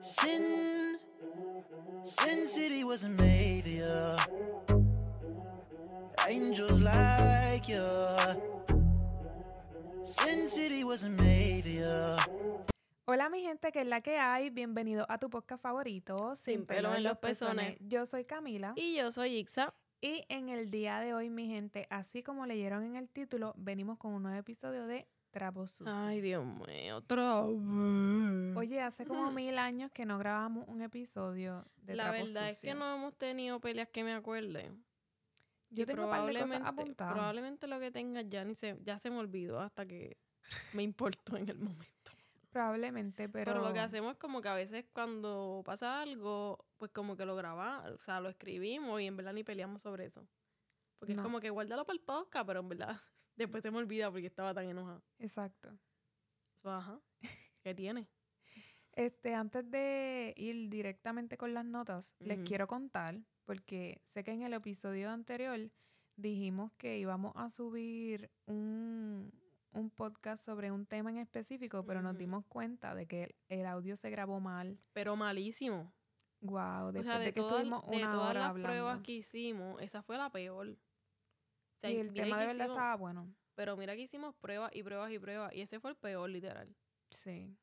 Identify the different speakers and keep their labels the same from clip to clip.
Speaker 1: Sin, Sin City was a maybe. uh. Angels like you. Sin City was a maybe. uh.
Speaker 2: Hola mi gente, que es la que hay. Bienvenido a tu podcast favorito, Sin, pelo, en los pezones. Yo soy Camila y,
Speaker 3: Y yo soy Ixa.
Speaker 2: en el día de hoy, mi gente, así como leyeron en el título, venimos con un nuevo episodio de Trapo Sucio.
Speaker 3: Ay, mm. Dios mío, otra vez.
Speaker 2: Oye, hace como
Speaker 3: Ujú.
Speaker 2: mil años que no grabamos un episodio de
Speaker 3: la
Speaker 2: Trapo
Speaker 3: verdad es que
Speaker 2: Sucio.
Speaker 3: no hemos tenido peleas que me acuerde.
Speaker 2: Yo
Speaker 3: Y
Speaker 2: tengo un par de cosas
Speaker 3: probablemente-
Speaker 2: apuntadas.
Speaker 3: Probablemente lo que tenga ya, ni se, ya se me olvidó hasta que me importó en el momento.
Speaker 2: Probablemente, pero...
Speaker 3: Pero, lo que hacemos es como que a veces cuando pasa algo, pues como que lo grabamos, o sea, lo escribimos y en verdad ni peleamos sobre eso. Porque
Speaker 2: No.
Speaker 3: es como que guárdalo para el podcast, pero en verdad después se me olvida porque estaba tan enojada.
Speaker 2: Exacto.
Speaker 3: So, ajá. ¿Qué tiene?
Speaker 2: Este, antes de ir directamente con las notas, les
Speaker 3: Ujú.
Speaker 2: quiero contar, porque sé que en el episodio anterior dijimos que íbamos a subir un, un podcast sobre un tema en específico, pero nos
Speaker 3: Ujú.
Speaker 2: dimos cuenta de que el, el audio se grabó mal.
Speaker 3: Pero malísimo.
Speaker 2: Wow,
Speaker 3: O
Speaker 2: después
Speaker 3: sea,
Speaker 2: de,
Speaker 3: de,
Speaker 2: que
Speaker 3: todas,
Speaker 2: estuvimos
Speaker 3: de
Speaker 2: una
Speaker 3: todas
Speaker 2: hora
Speaker 3: las
Speaker 2: hablando.
Speaker 3: pruebas que hicimos, esa fue la peor. O sea,
Speaker 2: y el
Speaker 3: mira
Speaker 2: tema
Speaker 3: que
Speaker 2: de verdad
Speaker 3: hicimos-
Speaker 2: estaba bueno.
Speaker 3: Pero mira que hicimos pruebas y pruebas y pruebas. Y ese fue el peor, literal.
Speaker 2: Sí.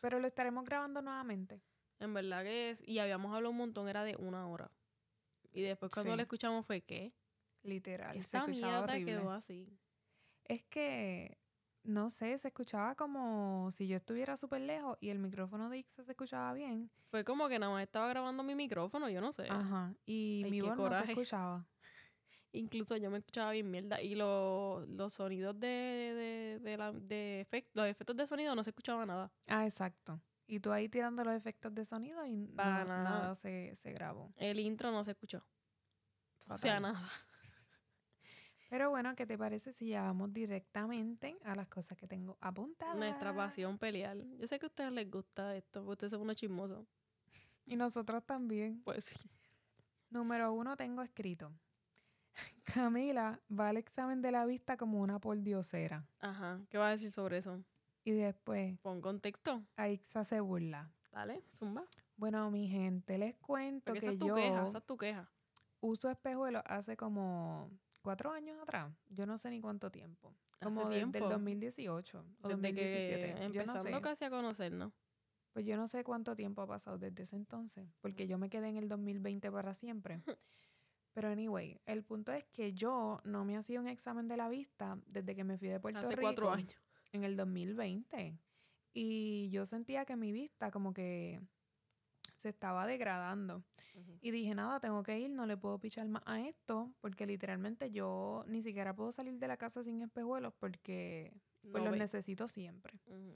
Speaker 2: Pero lo estaremos grabando nuevamente.
Speaker 3: En verdad que es. Y habíamos hablado un montón, era de una hora. Y después cuando
Speaker 2: Sí.
Speaker 3: lo escuchamos fue que
Speaker 2: Literal. se
Speaker 3: esa
Speaker 2: escuchaba
Speaker 3: mierda
Speaker 2: horrible.
Speaker 3: quedó así.
Speaker 2: Es que, no sé, se escuchaba como si yo estuviera súper lejos y el micrófono de Ixa se escuchaba bien.
Speaker 3: Fue como que nada más estaba grabando mi micrófono, yo no sé.
Speaker 2: Ajá. Y
Speaker 3: Ay,
Speaker 2: mi
Speaker 3: qué
Speaker 2: voz no se
Speaker 3: coraje.
Speaker 2: escuchaba.
Speaker 3: Incluso yo me escuchaba bien mierda. Y lo- los sonidos de, de, de la- de efect- los efectos de sonido no se escuchaba nada.
Speaker 2: Ah, exacto. Y tú ahí tirando los efectos de sonido y no-
Speaker 3: Para
Speaker 2: nada,
Speaker 3: nada.
Speaker 2: se, se grabó.
Speaker 3: El intro no se escuchó. O sea,
Speaker 2: Fatal.
Speaker 3: nada.
Speaker 2: Pero bueno, ¿qué te parece si ya vamos directamente a las cosas que tengo apuntadas?
Speaker 3: Nuestra pasión pelear. Yo sé que a ustedes les gusta esto, porque ustedes son unos chismosos.
Speaker 2: Y nosotros también.
Speaker 3: Pues sí.
Speaker 2: Número uno tengo escrito. Camila va al examen de la vista como una pordiosera.
Speaker 3: Ajá. ¿Qué vas a decir sobre eso?
Speaker 2: Y después,
Speaker 3: Pon contexto.
Speaker 2: a Ixa se burla.
Speaker 3: Dale, zumba.
Speaker 2: Bueno, mi gente, les cuento
Speaker 3: Porque esa
Speaker 2: que
Speaker 3: es tu
Speaker 2: yo
Speaker 3: queja, esa es tu queja.
Speaker 2: uso espejuelos hace como cuatro años atrás. Yo no sé ni cuánto tiempo.
Speaker 3: Hace
Speaker 2: Como desde el
Speaker 3: tiempo.
Speaker 2: 2018 o
Speaker 3: Desde que
Speaker 2: 2017. Yo no
Speaker 3: empezando
Speaker 2: sé.
Speaker 3: casi a conocernos.
Speaker 2: Pues yo no sé cuánto tiempo ha pasado desde ese entonces. Porque yo me quedé en el 2020 para siempre. Pero anyway, el punto es que yo no me hacía un examen de la vista desde que me fui de Puerto
Speaker 3: Hace
Speaker 2: Rico.
Speaker 3: cuatro años.
Speaker 2: en el 2020. Y yo sentía que mi vista como que se estaba degradando. Y dije, nada, tengo que ir, no le puedo pichar más a esto, porque literalmente yo ni siquiera puedo salir de la casa sin espejuelos porque pues,
Speaker 3: No
Speaker 2: los
Speaker 3: ve.
Speaker 2: necesito siempre.
Speaker 3: Ujú.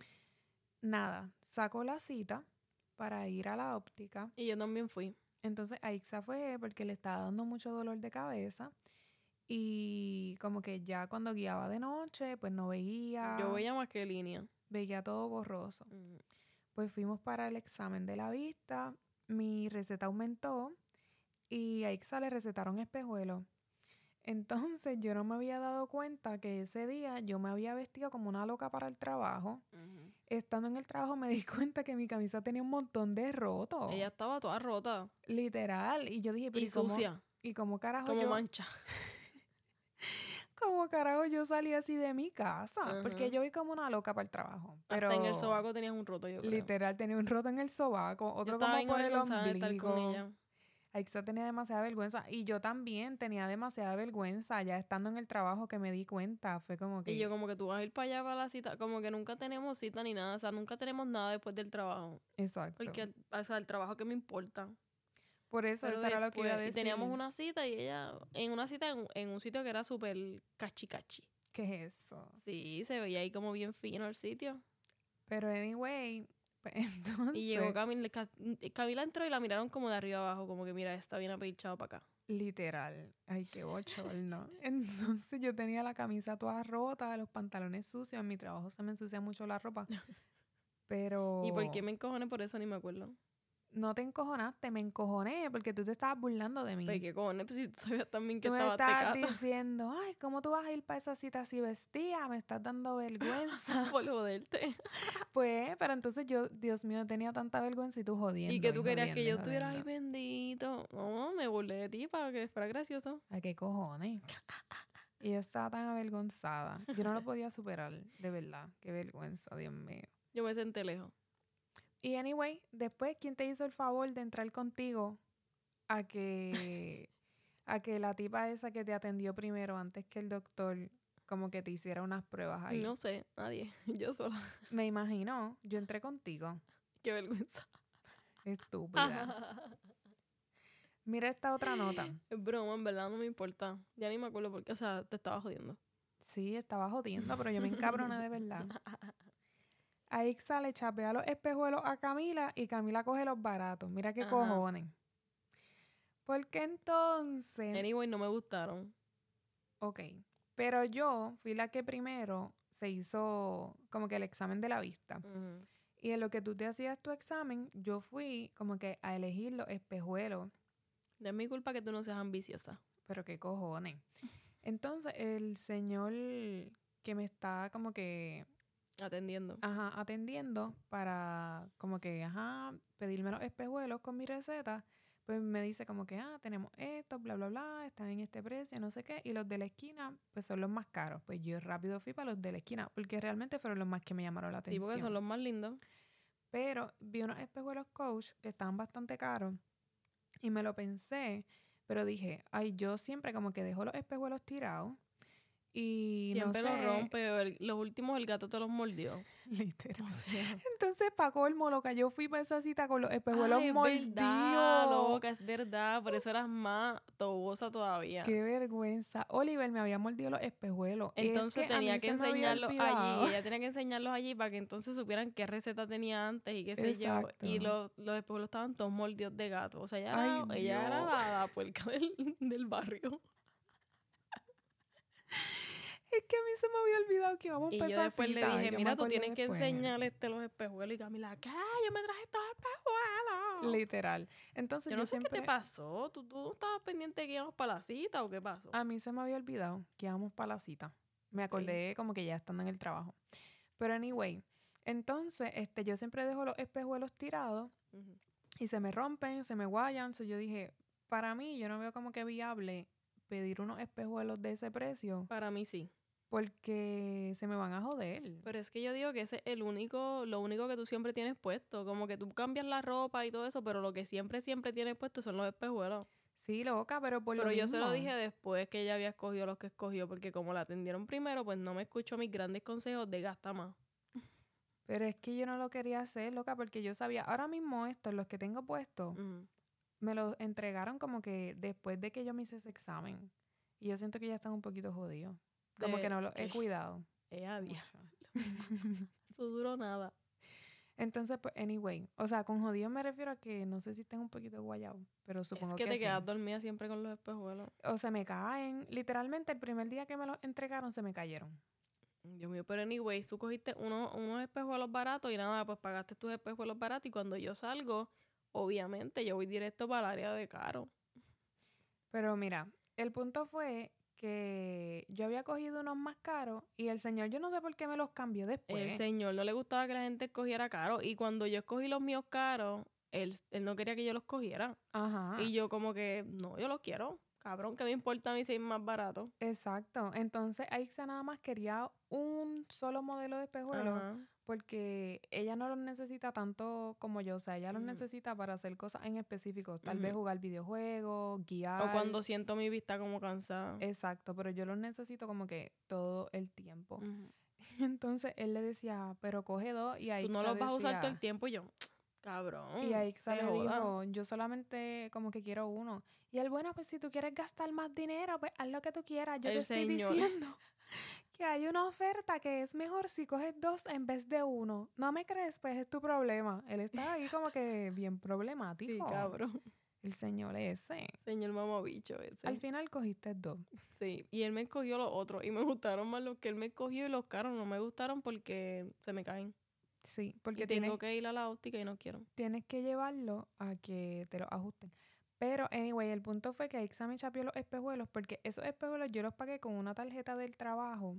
Speaker 2: Nada, saco la cita para ir a la óptica.
Speaker 3: Y yo también fui.
Speaker 2: Entonces Aixa fue porque le estaba dando mucho dolor de cabeza y como que ya cuando guiaba de noche, pues no veía,
Speaker 3: Yo veía más que línea.
Speaker 2: veía todo borroso.
Speaker 3: Ujú.
Speaker 2: Pues fuimos para el examen de la vista, mi receta aumentó y a Ixa le recetaron espejuelo. Entonces yo no me había dado cuenta que ese día yo me había vestido como una loca para el trabajo.
Speaker 3: Ujú.
Speaker 2: Estando en el trabajo me di cuenta que mi camisa tenía un montón de roto.
Speaker 3: Ella estaba toda rota
Speaker 2: Literal. Y yo dije, pero
Speaker 3: y
Speaker 2: ¿y cómo,
Speaker 3: sucia,
Speaker 2: y cómo carajo
Speaker 3: como
Speaker 2: yo,
Speaker 3: mancha.
Speaker 2: cómo carajo yo salí así de mi casa? Porque
Speaker 3: Ajá.
Speaker 2: yo vi como una loca para el trabajo. Pero
Speaker 3: Hasta en el sobaco tenías un roto, yo creo.
Speaker 2: Literal, tenía un roto en el sobaco,
Speaker 3: Yo
Speaker 2: otro
Speaker 3: estaba
Speaker 2: como por el
Speaker 3: avergonzada de estar con
Speaker 2: ombligo.
Speaker 3: ella.
Speaker 2: Aixa tenía demasiada vergüenza y yo también tenía demasiada vergüenza ya estando en el trabajo que me di cuenta. Fue como que
Speaker 3: Y yo como que tú vas a ir para allá para la cita, como que nunca tenemos cita ni nada, o sea, nunca tenemos nada después del trabajo,
Speaker 2: exacto.
Speaker 3: porque el- o sea, el trabajo que me importa.
Speaker 2: Por eso,
Speaker 3: Pero
Speaker 2: eso era lo que iba a
Speaker 3: después-
Speaker 2: decir.
Speaker 3: Y teníamos una cita y ella en una cita en, en un sitio que era súper cachi cachi.
Speaker 2: ¿Qué es eso?
Speaker 3: Sí, se veía ahí como bien fino el sitio.
Speaker 2: Pero anyway, pues, entonces
Speaker 3: Y llegó Camila, Ca- Camila entró y la miraron como de arriba abajo, como que mira, está bien apelchado para acá.
Speaker 2: literal. Ay, qué bochorno. entonces yo tenía la camisa toda rota, los pantalones sucios, en mi trabajo se me ensucia mucho la ropa. Pero Oh.
Speaker 3: ¿Y por qué me encojones por eso? Ni me acuerdo.
Speaker 2: no te encojonaste, me encojoné porque tú te estabas burlando de mí.
Speaker 3: Pero qué cojones, pues si tú sabías también que
Speaker 2: tú me
Speaker 3: estaba
Speaker 2: estás
Speaker 3: tecata.
Speaker 2: diciendo, ay, ¿cómo tú vas a ir para esa cita así vestida? Me estás dando vergüenza.
Speaker 3: Por joderte.
Speaker 2: pues, pero entonces yo, Dios mío, tenía tanta vergüenza y tú jodiendo.
Speaker 3: Y que tú querías que
Speaker 2: jodiendo,
Speaker 3: yo
Speaker 2: y
Speaker 3: estuviera ahí
Speaker 2: jodiendo.
Speaker 3: bendito. No, me burlé de ti para que fuera gracioso.
Speaker 2: ¿A qué cojones? Y yo estaba tan avergonzada. Yo no lo podía superar, de verdad. Qué vergüenza, Dios mío.
Speaker 3: Yo me senté lejos.
Speaker 2: Y anyway, después, ¿quién te hizo el favor de entrar contigo a que, a que la tipa esa que te atendió primero antes que el doctor como que te hiciera unas pruebas ahí?
Speaker 3: No sé, nadie. Yo sola.
Speaker 2: Me imagino, yo entré contigo.
Speaker 3: Qué vergüenza.
Speaker 2: Estúpida. Mira esta otra nota.
Speaker 3: Es broma, en verdad no me importa. Ya ni me acuerdo por qué, o sea, te estaba jodiendo.
Speaker 2: Sí, estaba jodiendo, pero yo me encabroné de verdad. A Ixa le chapea los espejuelos a Camila y Camila coge los baratos. Mira qué
Speaker 3: Ajá.
Speaker 2: cojones. Porque entonces.
Speaker 3: Anyway, no me gustaron.
Speaker 2: Ok. Pero yo fui la que primero se hizo como que el examen de la vista.
Speaker 3: Ujú.
Speaker 2: Y en lo que tú te hacías tu examen, yo fui como que a elegir los espejuelos.
Speaker 3: No es mi culpa que tú no seas ambiciosa.
Speaker 2: Pero qué cojones. Entonces, el señor que me está como que
Speaker 3: Atendiendo.
Speaker 2: ajá, atendiendo para como que, ajá, pedirme los espejuelos con mi receta, pues me dice como que, ah, tenemos estos, bla, bla, bla, están en este precio, no sé qué, y los de la esquina, pues son los más caros. Pues yo rápido fui para los de la esquina, porque realmente fueron los más que me llamaron la
Speaker 3: Sí,
Speaker 2: atención.
Speaker 3: porque son los más lindos.
Speaker 2: Pero vi unos espejuelos coach que estaban bastante caros y me lo pensé, pero dije, ay, yo siempre como que dejo los espejuelos tirados y no
Speaker 3: Siempre los
Speaker 2: sé,
Speaker 3: rompe. el- los últimos el gato te los mordió.
Speaker 2: literal. Pues
Speaker 3: O sea,
Speaker 2: Entonces, para colmo, loca, yo fui para esa cita con los espejuelos
Speaker 3: ay, es verdad,
Speaker 2: mordidos.
Speaker 3: loca, es verdad. Por eso eras más tobosa todavía.
Speaker 2: Qué vergüenza. Oliver me había mordido los espejuelos. Es
Speaker 3: Entonces
Speaker 2: a
Speaker 3: tenía
Speaker 2: mí
Speaker 3: que
Speaker 2: se me había
Speaker 3: enseñarlos
Speaker 2: olvidado.
Speaker 3: allí, ella tenía que enseñarlos allí para que entonces supieran qué receta tenía antes y qué sé
Speaker 2: Exacto.
Speaker 3: yo. Y los, los espejuelos estaban todos mordidos de gato. O sea, ella, era,
Speaker 2: Ay,
Speaker 3: ella era
Speaker 2: Dios.
Speaker 3: la, la puerca del, del barrio.
Speaker 2: Es que a mí se me había olvidado que íbamos a
Speaker 3: Y yo
Speaker 2: empezar
Speaker 3: después le
Speaker 2: cita, y
Speaker 3: dije,
Speaker 2: yo me
Speaker 3: mira, tú
Speaker 2: acordé
Speaker 3: tienes que
Speaker 2: después".
Speaker 3: enseñarle este los espejuelos. Y Camila, ¿qué? Yo me traje estos espejuelos.
Speaker 2: Literal. Entonces
Speaker 3: yo
Speaker 2: yo,
Speaker 3: no sé
Speaker 2: siempre...
Speaker 3: qué te pasó. ¿Tú, tú no estabas pendiente de que íbamos para la cita o qué pasó?
Speaker 2: A mí se me había olvidado que íbamos para la cita. Me acordé como que ya estando en el trabajo. Pero anyway, entonces este, yo siempre dejo los espejuelos tirados
Speaker 3: Ujú.
Speaker 2: y se me rompen, se me guayan. So, yo dije, para mí, yo no veo como que viable pedir unos espejuelos de ese precio
Speaker 3: Para mí sí.
Speaker 2: porque se me van a joder.
Speaker 3: Pero es que yo digo que ese es el único, lo único que tú siempre tienes puesto. Como que tú cambias la ropa y todo eso, pero lo que siempre, siempre tienes puesto son los espejuelos.
Speaker 2: Sí, loca, pero por lo
Speaker 3: Pero yo se lo
Speaker 2: mismo.
Speaker 3: dije después que ella había escogido los que escogió, porque como la atendieron primero, pues no me escuchó mis grandes consejos de gasta más.
Speaker 2: Pero es que yo no lo quería hacer, loca, porque yo sabía, ahora mismo estos, los que tengo puestos,
Speaker 3: Ujú.
Speaker 2: me los entregaron como que después de que yo me hice ese examen. Y yo siento que ya están un poquito jodidos. Como
Speaker 3: De
Speaker 2: que no los he
Speaker 3: que-
Speaker 2: cuidado.
Speaker 3: Ella dijo,
Speaker 2: mucho.
Speaker 3: eso duró nada.
Speaker 2: Entonces, pues, anyway. O sea, con jodidos me refiero a que no sé si estén un poquito guayados, pero supongo
Speaker 3: es
Speaker 2: que,
Speaker 3: que te
Speaker 2: sí.
Speaker 3: quedas dormida siempre con los espejuelos.
Speaker 2: O se me caen. Literalmente, el primer día que me los entregaron, se me cayeron.
Speaker 3: Dios mío, pero anyway, tú cogiste unos, unos espejuelos baratos y nada, pues pagaste tus espejuelos baratos y cuando yo salgo, obviamente yo voy directo para el área de caro.
Speaker 2: Pero mira, el punto fue que yo había cogido unos más caros y el señor, yo no sé por qué me los cambió
Speaker 3: El
Speaker 2: después.
Speaker 3: señor no le gustaba que la gente escogiera caro. Y cuando yo escogí los míos caros, él, él no quería que yo los cogiera.
Speaker 2: Ajá.
Speaker 3: Y yo como que, no, yo los quiero. Cabrón, que me importa a mí si es más barato.
Speaker 2: Exacto. Entonces Aixa nada más quería un solo modelo de espejuelo
Speaker 3: Ajá.
Speaker 2: porque ella no los necesita tanto como yo. O sea, ella los
Speaker 3: Ujú.
Speaker 2: necesita para hacer cosas en específico. Tal vez
Speaker 3: Mm. Ujú.
Speaker 2: jugar videojuegos, guiar.
Speaker 3: O cuando siento mi vista como cansada.
Speaker 2: Exacto, pero yo los necesito como que todo el tiempo.
Speaker 3: Ujú.
Speaker 2: Entonces él le decía, pero coge dos y
Speaker 3: Tú
Speaker 2: Aixa
Speaker 3: no los vas a usar todo el
Speaker 2: decía-
Speaker 3: tiempo y yo. Cabrón.
Speaker 2: Y Aixa
Speaker 3: Mm, se
Speaker 2: le
Speaker 3: joda.
Speaker 2: dijo, yo solamente como que quiero uno. Y él, bueno, pues si tú quieres gastar más dinero, pues haz lo que tú quieras. Yo
Speaker 3: El
Speaker 2: te estoy
Speaker 3: señor.
Speaker 2: diciendo que hay una oferta que es mejor si coges dos en vez de uno. No me crees, pues es tu problema. Él está ahí como que bien
Speaker 3: Sí,
Speaker 2: problemático.
Speaker 3: cabrón.
Speaker 2: el señor ese.
Speaker 3: Señor mamabicho ese.
Speaker 2: Al final cogiste dos.
Speaker 3: Sí. Y él me escogió los otros. Y me gustaron más los que él me escogió y los caros no me gustaron porque se me caen.
Speaker 2: Sí,
Speaker 3: Porque
Speaker 2: porque tienes,
Speaker 3: tengo que ir a la óptica y no quiero.
Speaker 2: tienes que llevarlo a que te lo ajusten. Pero, anyway, el punto fue que ahí Xami chapió los espejuelos porque esos espejuelos yo los pagué con una tarjeta del trabajo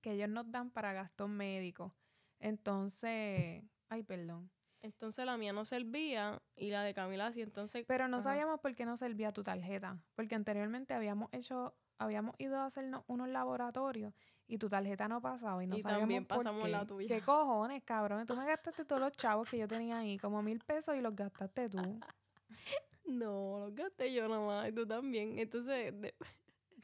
Speaker 2: que ellos nos dan para gastos médicos. Entonces, ay, perdón.
Speaker 3: Entonces la mía no servía y la de Camila sí. Entonces,
Speaker 2: Pero no
Speaker 3: Ajá.
Speaker 2: sabíamos por qué no servía tu tarjeta, porque anteriormente habíamos hecho, habíamos ido a hacernos unos laboratorios y tu tarjeta no pasaba y no
Speaker 3: Y
Speaker 2: sabíamos
Speaker 3: también
Speaker 2: por
Speaker 3: pasamos
Speaker 2: qué.
Speaker 3: la tuya.
Speaker 2: ¿Qué cojones, cabrón? Tú me gastaste todos los chavos que yo tenía ahí, como mil pesos y los gastaste tú.
Speaker 3: no, lo gasté yo nomás y tú también. Entonces, de-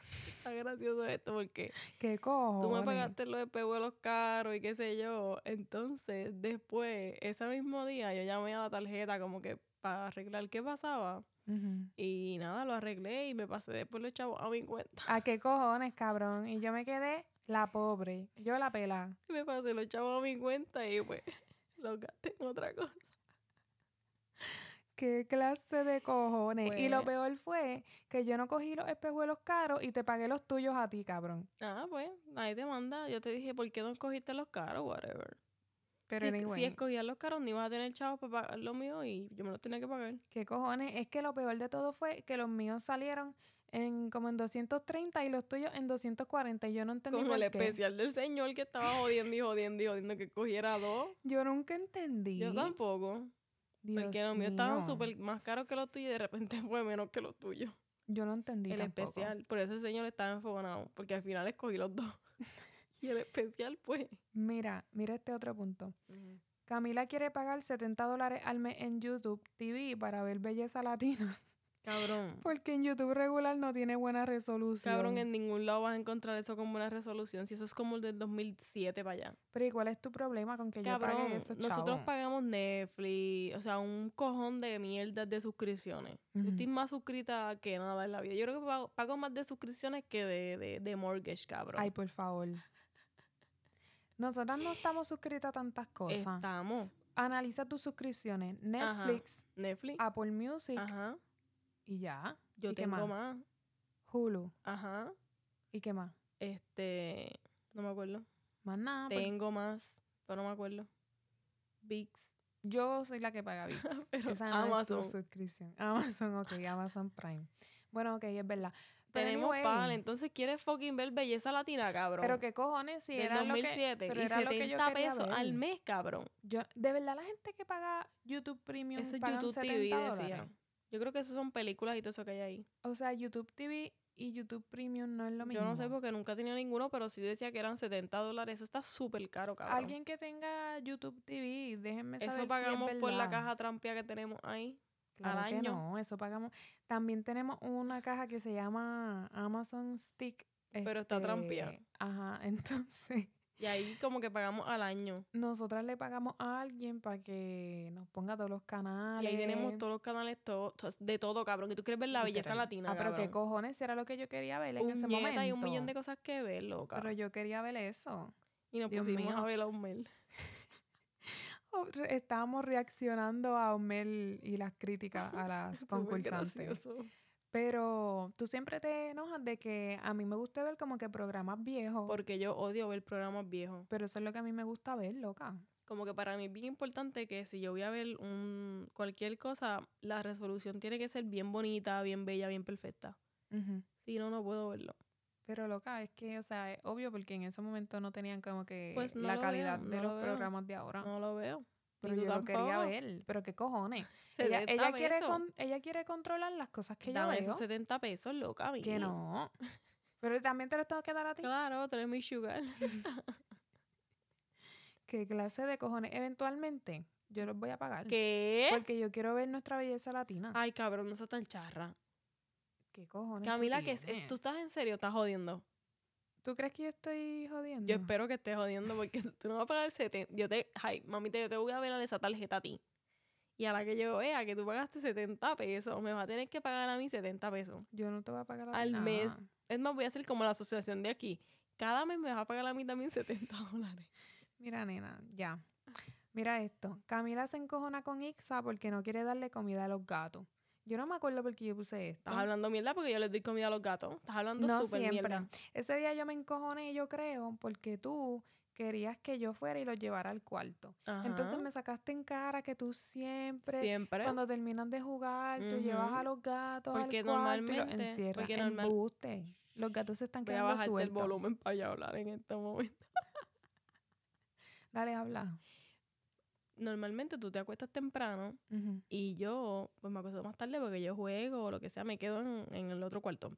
Speaker 3: está gracioso esto porque
Speaker 2: ¿Qué cojones?
Speaker 3: tú me pagaste los espejuelos caros y qué sé yo. Entonces, después, ese mismo día, yo llamé a la tarjeta como que para arreglar qué pasaba.
Speaker 2: Ujú.
Speaker 3: Y nada, lo arreglé y me pasé después los chavos a mi cuenta.
Speaker 2: ¿A qué cojones, cabrón? Y yo me quedé la pobre, yo la pela.
Speaker 3: Y me pasé los chavos a mi cuenta y pues los gasté en otra cosa.
Speaker 2: ¿Qué clase de cojones? Y lo
Speaker 3: Pues-
Speaker 2: peor fue que yo no cogí los espejuelos caros y te pagué los tuyos a ti, cabrón.
Speaker 3: Ah, pues, ahí te manda. Yo te dije, ¿por qué no cogiste los caros? Whatever.
Speaker 2: Pero
Speaker 3: si,
Speaker 2: anyway.
Speaker 3: si escogías los caros, no ibas a tener chavos para pagar lo mío y yo me los tenía que pagar.
Speaker 2: ¿Qué cojones? Es que lo peor de todo fue que los míos salieron en como en 230 y los tuyos en 240 y yo no entendí
Speaker 3: Como
Speaker 2: por
Speaker 3: el
Speaker 2: qué.
Speaker 3: especial del señor que estaba jodiendo y jodiendo y jodiendo que cogiera dos.
Speaker 2: Yo nunca entendí.
Speaker 3: Yo tampoco.
Speaker 2: Dios
Speaker 3: porque los míos estaban
Speaker 2: mío.
Speaker 3: súper más caros que los tuyos y de repente fue menos que los tuyos.
Speaker 2: Yo no entendí
Speaker 3: el
Speaker 2: tampoco.
Speaker 3: especial. Por eso el señor estaba enfogonado. Porque al final escogí los dos. y el especial, pues.
Speaker 2: Mira, mira este otro punto. Camila quiere pagar 70 dólares al mes en YouTube TV para ver belleza latina
Speaker 3: Cabrón.
Speaker 2: porque en YouTube regular no tiene buena resolución.
Speaker 3: Cabrón, en ningún lado vas a encontrar eso con buena resolución. Si eso es como el del 2007 para allá.
Speaker 2: Pero ¿y cuál es tu problema con que yo
Speaker 3: Cabrón,
Speaker 2: pague eso,
Speaker 3: nosotros
Speaker 2: chavo?
Speaker 3: pagamos Netflix, o sea, un cojón de mierda de suscripciones. Yo estoy más suscrita que nada en la vida. Yo creo que pago, pago más de suscripciones que de, de, de mortgage, cabrón.
Speaker 2: Ay, por favor. Nosotras no estamos suscritas a tantas cosas.
Speaker 3: Estamos.
Speaker 2: Analiza tus suscripciones.
Speaker 3: Ajá.
Speaker 2: Netflix,
Speaker 3: Netflix.
Speaker 2: Apple Music
Speaker 3: Ajá.
Speaker 2: y ya.
Speaker 3: Yo
Speaker 2: ¿Y qué
Speaker 3: tengo
Speaker 2: más?
Speaker 3: más?
Speaker 2: Hulu.
Speaker 3: Ajá.
Speaker 2: ¿Y qué más?
Speaker 3: Este. No me acuerdo.
Speaker 2: Más nada. pues por-
Speaker 3: Tengo más, pero no me acuerdo. VIX.
Speaker 2: Yo soy la que paga Vix.
Speaker 3: Pero
Speaker 2: Esa no
Speaker 3: Amazon.
Speaker 2: es tu suscripción. Amazon, ok. Amazon Prime. Bueno, ok, es verdad. Pero
Speaker 3: Tenemos
Speaker 2: anyway,
Speaker 3: pal, entonces quieres fucking ver belleza latina, cabrón.
Speaker 2: Pero qué cojones si
Speaker 3: del
Speaker 2: era lo que...
Speaker 3: 2007
Speaker 2: pero
Speaker 3: y
Speaker 2: era lo que yo
Speaker 3: 70
Speaker 2: quería
Speaker 3: pesos al
Speaker 2: ver.
Speaker 3: mes, cabrón.
Speaker 2: Yo, de verdad, la gente que paga YouTube Premium
Speaker 3: Eso es
Speaker 2: pagan
Speaker 3: YouTube
Speaker 2: 70
Speaker 3: TV,
Speaker 2: dólares.
Speaker 3: decía. Yo creo que eso son películas y todo eso que hay ahí.
Speaker 2: O sea, YouTube TV y YouTube Premium no es lo mismo.
Speaker 3: Yo no sé porque nunca he tenido ninguno, pero sí decía que eran 70 dólares. Eso está súper caro, cabrón.
Speaker 2: Alguien que tenga YouTube TV, déjenme saber si
Speaker 3: eso
Speaker 2: es
Speaker 3: pagamos por la
Speaker 2: verdad.
Speaker 3: caja trampia que tenemos ahí.
Speaker 2: Claro
Speaker 3: al
Speaker 2: que
Speaker 3: año.
Speaker 2: no, eso pagamos. También tenemos una caja que se llama Amazon Stick.
Speaker 3: Pero está trampeada.
Speaker 2: este, Ajá, entonces
Speaker 3: Y ahí como que pagamos al año.
Speaker 2: nosotras le pagamos a alguien para que nos ponga todos los
Speaker 3: Y
Speaker 2: canales.
Speaker 3: ahí tenemos todos los canales todo, to- de todo, cabrón. Y tú quieres ver la belleza
Speaker 2: literal.
Speaker 3: latina,
Speaker 2: Ah, pero qué
Speaker 3: cabrón.
Speaker 2: cojones, si era lo que yo quería ver en ese
Speaker 3: Puñeta,
Speaker 2: momento.
Speaker 3: hay un millón de cosas que ver, loca.
Speaker 2: Pero yo quería ver eso.
Speaker 3: y nos
Speaker 2: Dios
Speaker 3: pusimos
Speaker 2: mío.
Speaker 3: a ver a Humel.
Speaker 2: O- Oh, re- Estábamos reaccionando a Omel y las críticas a las
Speaker 3: Fue muy
Speaker 2: concursantes.
Speaker 3: gracioso.
Speaker 2: Pero tú siempre te enojas de que a mí me gusta ver como que programas viejos.
Speaker 3: Porque yo odio ver programas viejos.
Speaker 2: Pero eso es lo que a mí me gusta ver, loca.
Speaker 3: como que para mí es bien importante que si yo voy a ver un, cualquier cosa, la resolución tiene que ser bien bonita, bien bella, bien perfecta. Si no, no puedo verlo.
Speaker 2: Pero loca, es que, o sea, es obvio porque en ese momento no tenían como que
Speaker 3: Pues no
Speaker 2: la
Speaker 3: lo
Speaker 2: calidad
Speaker 3: veo,
Speaker 2: de
Speaker 3: no
Speaker 2: los
Speaker 3: lo veo.
Speaker 2: programas de ahora.
Speaker 3: No lo veo.
Speaker 2: Ah. pero
Speaker 3: tú
Speaker 2: yo lo quería
Speaker 3: tampoco.
Speaker 2: ver. Pero qué cojones.
Speaker 3: 70
Speaker 2: Ella, ella quiere
Speaker 3: pesos.
Speaker 2: con- ella quiere controlar las cosas que
Speaker 3: Dame
Speaker 2: yo
Speaker 3: esos
Speaker 2: veo.
Speaker 3: 70 pesos, loca. a
Speaker 2: Que
Speaker 3: mí.
Speaker 2: no. Pero también te los tengo que dar a ti.
Speaker 3: Claro, trae mi sugar.
Speaker 2: ¿Qué clase de cojones? Eventualmente yo los voy a pagar.
Speaker 3: ¿Qué? Ah,
Speaker 2: Porque yo quiero ver nuestra belleza latina.
Speaker 3: Ay, cabrón, no seas tan charra.
Speaker 2: ¿Qué cojones? tú
Speaker 3: Camila, que es-
Speaker 2: tienes?
Speaker 3: tú estás en serio, estás jodiendo.
Speaker 2: ¿Tú crees que yo estoy jodiendo?
Speaker 3: Yo espero que estés jodiendo porque tú no vas a pagar 70. Yo te, ay, mamita, yo te voy a velar esa tarjeta a ti. Y a la que yo vea que tú pagaste 70 pesos, me vas a tener que pagar a mí 70 pesos.
Speaker 2: Yo no te voy a pagar a ti
Speaker 3: al
Speaker 2: nada.
Speaker 3: mes. Es más, voy a hacer como la asociación de aquí. Cada mes me vas a pagar a mí también 70 dólares.
Speaker 2: Mira, nena, ya.
Speaker 3: Ah.
Speaker 2: Mira esto. Camila se encojona con Ixa porque no quiere darle comida a los gatos. Yo no me acuerdo por qué yo puse esto.
Speaker 3: Estás hablando mierda porque yo les doy comida a los gatos. Estás hablando
Speaker 2: no
Speaker 3: súper
Speaker 2: siempre.
Speaker 3: mierda.
Speaker 2: Ese día yo me encojoné, yo creo, porque tú querías que yo fuera y los llevara al cuarto.
Speaker 3: Ajá.
Speaker 2: Entonces me sacaste en cara que tú siempre,
Speaker 3: siempre.
Speaker 2: cuando terminan de jugar, tú llevas
Speaker 3: Ujú.
Speaker 2: a los gatos
Speaker 3: Porque
Speaker 2: al cuarto y los
Speaker 3: normalmente-
Speaker 2: encierras.
Speaker 3: porque normal-
Speaker 2: Embuste. Los gatos se están
Speaker 3: Voy a
Speaker 2: quedando
Speaker 3: bajarte el
Speaker 2: sueltos.
Speaker 3: volumen para ya hablar en este momento.
Speaker 2: Dale, habla.
Speaker 3: Normalmente tú te acuestas temprano
Speaker 2: Ujú.
Speaker 3: y yo pues me acuesto más tarde porque yo juego o lo que sea, me quedo en, en el otro cuarto.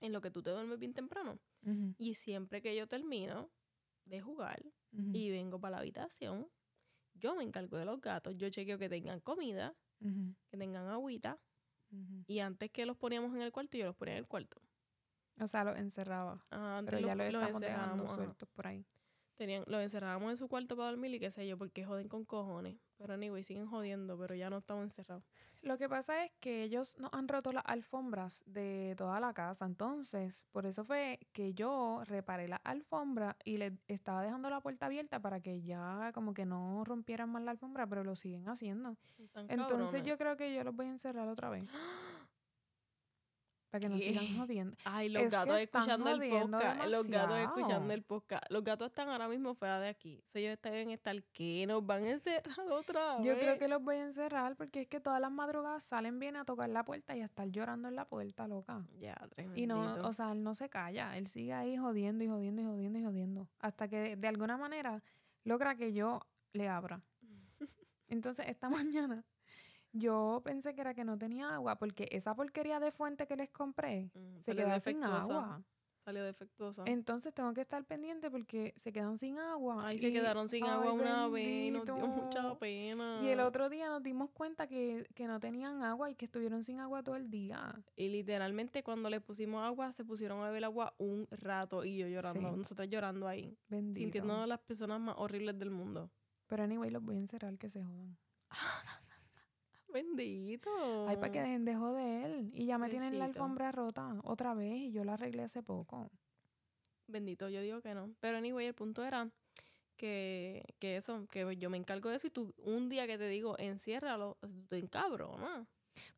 Speaker 3: En lo que tú te duermes bien temprano.
Speaker 2: Ujú,
Speaker 3: Y siempre que yo termino de jugar
Speaker 2: ujú,
Speaker 3: y vengo para la habitación, yo me encargo de los gatos, yo chequeo que tengan comida,
Speaker 2: ujú,
Speaker 3: que tengan agüita
Speaker 2: ujú.
Speaker 3: y antes que los poníamos en el cuarto, yo los ponía en el cuarto.
Speaker 2: O sea, los encerraba.
Speaker 3: Ajá, antes
Speaker 2: Pero ya los,
Speaker 3: los
Speaker 2: estamos dejando
Speaker 3: encerrábamos, ajá.
Speaker 2: sueltos por ahí.
Speaker 3: Tenían, los encerrábamos en su cuarto para dormir y qué sé yo, porque joden con cojones. Pero anyway, siguen jodiendo, pero ya no estamos encerrados.
Speaker 2: Lo que pasa es que ellos nos han roto las alfombras de toda la casa, entonces por eso fue que yo reparé la alfombra y le estaba dejando la puerta abierta para que ya como que no rompieran más la alfombra, pero lo siguen haciendo.
Speaker 3: Tan
Speaker 2: Entonces
Speaker 3: cabrones.
Speaker 2: yo creo que yo los voy a encerrar otra vez para que no sigan
Speaker 3: ¿Qué?
Speaker 2: jodiendo.
Speaker 3: Ay, los
Speaker 2: Es que
Speaker 3: gatos
Speaker 2: están
Speaker 3: escuchando el
Speaker 2: jodiendo
Speaker 3: podcast. Los gatos
Speaker 2: demasiado.
Speaker 3: escuchando el podcast. Los gatos están ahora mismo fuera de aquí. So, ellos deben estar que nos van a encerrar otra
Speaker 2: Yo creo
Speaker 3: vez.
Speaker 2: que los voy a encerrar porque es que todas las madrugadas salen bien a tocar la puerta y a estar llorando en la puerta, loca.
Speaker 3: Ya, tremendo.
Speaker 2: Y no, o sea, él no se calla, él sigue ahí jodiendo y jodiendo y jodiendo y jodiendo, hasta que de, de alguna manera logra que yo le abra. Entonces, esta mañana yo pensé que era que no tenía agua, porque esa porquería de fuente que les compré se queda sin agua.
Speaker 3: Mm, Salió defectuosa.
Speaker 2: Entonces, tengo que estar pendiente porque se quedan sin agua.
Speaker 3: Ahí se
Speaker 2: y-
Speaker 3: quedaron sin
Speaker 2: ay,
Speaker 3: agua una vez y nos dio
Speaker 2: bendito.
Speaker 3: mucha pena.
Speaker 2: Y el otro día nos dimos cuenta que, que no tenían agua y que estuvieron sin agua todo el día.
Speaker 3: Y literalmente cuando le pusimos agua, se pusieron a beber agua un rato y yo llorando,
Speaker 2: Sí.
Speaker 3: nosotras llorando ahí,
Speaker 2: Bendito.
Speaker 3: sintiendo a las personas más horribles del mundo.
Speaker 2: Pero anyway, los voy a encerrar que se jodan.
Speaker 3: Bendito.
Speaker 2: Ay, para que dejen de joder. Y ya me tienen la
Speaker 3: Oh. Pobrecito.
Speaker 2: alfombra rota otra vez y yo la arreglé hace poco.
Speaker 3: Bendito, yo digo que no. Pero anyway, el punto era que, que eso, que yo me encargo de eso y tú un día que te digo, enciérralo, te encabro, ¿no?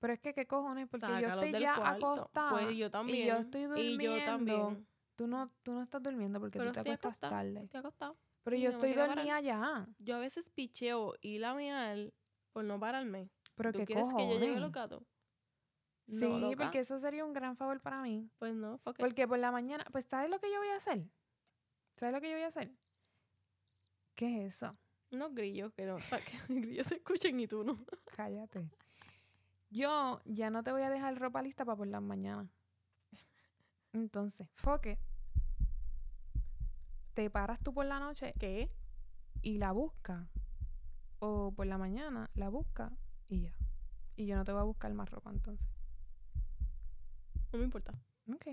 Speaker 2: Pero es que, ¿qué cojones? Porque yo
Speaker 3: Sácalos
Speaker 2: estoy
Speaker 3: del
Speaker 2: ya
Speaker 3: cuarto.
Speaker 2: acostada.
Speaker 3: Pues yo también.
Speaker 2: estoy
Speaker 3: Y yo
Speaker 2: durmiendo.
Speaker 3: también.
Speaker 2: Tú no, tú no estás durmiendo porque
Speaker 3: Pero
Speaker 2: tú te
Speaker 3: estoy
Speaker 2: acuestas
Speaker 3: acostada,
Speaker 2: tarde.
Speaker 3: Estoy acostado.
Speaker 2: Pero
Speaker 3: y
Speaker 2: yo
Speaker 3: no me
Speaker 2: estoy
Speaker 3: quiero parar.
Speaker 2: dormida ya.
Speaker 3: Yo a veces picheo y la meal por no pararme.
Speaker 2: Pero
Speaker 3: ¿Tú
Speaker 2: qué
Speaker 3: quieres
Speaker 2: cojones.
Speaker 3: que yo lleve los gatos? No,
Speaker 2: sí,
Speaker 3: loca.
Speaker 2: porque eso sería un gran favor para mí.
Speaker 3: Pues no, fuck it.
Speaker 2: Porque por la mañana, pues ¿sabes lo que yo voy a hacer? ¿Sabes lo que yo voy a hacer? ¿Qué es eso?
Speaker 3: Unos grillos que no, para que los grillos se escuchen y tú no.
Speaker 2: Cállate. Yo ya no te voy a dejar ropa lista para por las mañanas. Entonces, foque. Te paras tú por la noche
Speaker 3: ¿Qué?
Speaker 2: y la buscas. O por la mañana la buscas y ya. Y yo no te voy a buscar más ropa entonces.
Speaker 3: No me importa.
Speaker 2: Ok.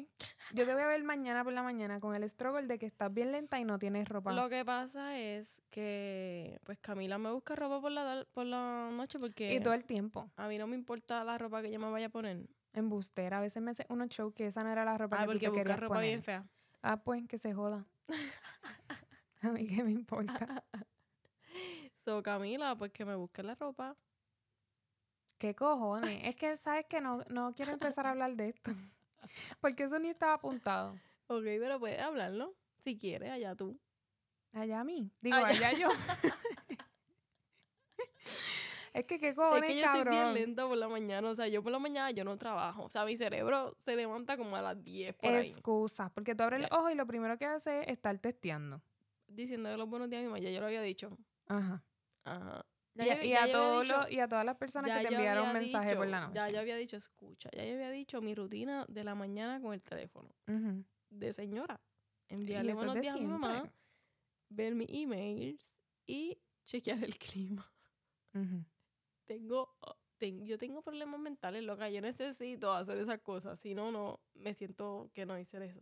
Speaker 2: Yo te voy a ver mañana por la mañana con el struggle de que estás bien lenta y no tienes ropa.
Speaker 3: Lo que pasa es que, pues Camila me busca ropa por la, tar- por la noche porque
Speaker 2: Y todo el tiempo.
Speaker 3: a mí no me importa la ropa que yo me vaya a poner.
Speaker 2: Embustera. A veces me hace unos shows que esa no era la ropa
Speaker 3: Ah,
Speaker 2: que tú
Speaker 3: porque
Speaker 2: te
Speaker 3: busca
Speaker 2: querías
Speaker 3: ropa
Speaker 2: poner.
Speaker 3: bien fea.
Speaker 2: Ah, pues que se joda. A mí qué me importa.
Speaker 3: So, Camila, pues que me busque la ropa.
Speaker 2: ¿Qué cojones? Es que sabes que no, no quiero empezar a hablar de esto. Porque eso ni estaba apuntado.
Speaker 3: Ok, pero puedes hablarlo si quieres, allá tú.
Speaker 2: Allá a mí. Digo,
Speaker 3: Allá.
Speaker 2: allá, yo. es que qué
Speaker 3: Es
Speaker 2: cojones,
Speaker 3: que yo
Speaker 2: cabrón.
Speaker 3: estoy bien lenta por la mañana. O sea, yo por la mañana yo no trabajo. O sea, mi cerebro se levanta como a las 10 por ahí.
Speaker 2: Excusas, porque tú abres
Speaker 3: Ya.
Speaker 2: los ojos y lo primero que haces es estar testeando.
Speaker 3: Diciéndole los buenos días a mi mamá. Ya yo lo había dicho.
Speaker 2: Ajá.
Speaker 3: Ajá. Ya
Speaker 2: Y,
Speaker 3: yo-
Speaker 2: y
Speaker 3: ya
Speaker 2: a
Speaker 3: yo había
Speaker 2: todos
Speaker 3: dicho-
Speaker 2: los- y a todas las personas
Speaker 3: ya
Speaker 2: que te
Speaker 3: yo
Speaker 2: enviaron
Speaker 3: había
Speaker 2: mensaje por la
Speaker 3: dicho-
Speaker 2: noche.
Speaker 3: Ya yo había dicho, escucha, ya yo había dicho mi rutina de la mañana con el teléfono.
Speaker 2: Ujú.
Speaker 3: De señora.
Speaker 2: Y
Speaker 3: Enviarle
Speaker 2: eso es
Speaker 3: buenos
Speaker 2: de
Speaker 3: días a mi mamá,
Speaker 2: siempre.
Speaker 3: ver mis emails y chequear el clima.
Speaker 2: Ujú.
Speaker 3: Tengo, ten- yo tengo problemas mentales, loca. Yo necesito hacer esas cosas. Si no, no, me siento que no hice eso.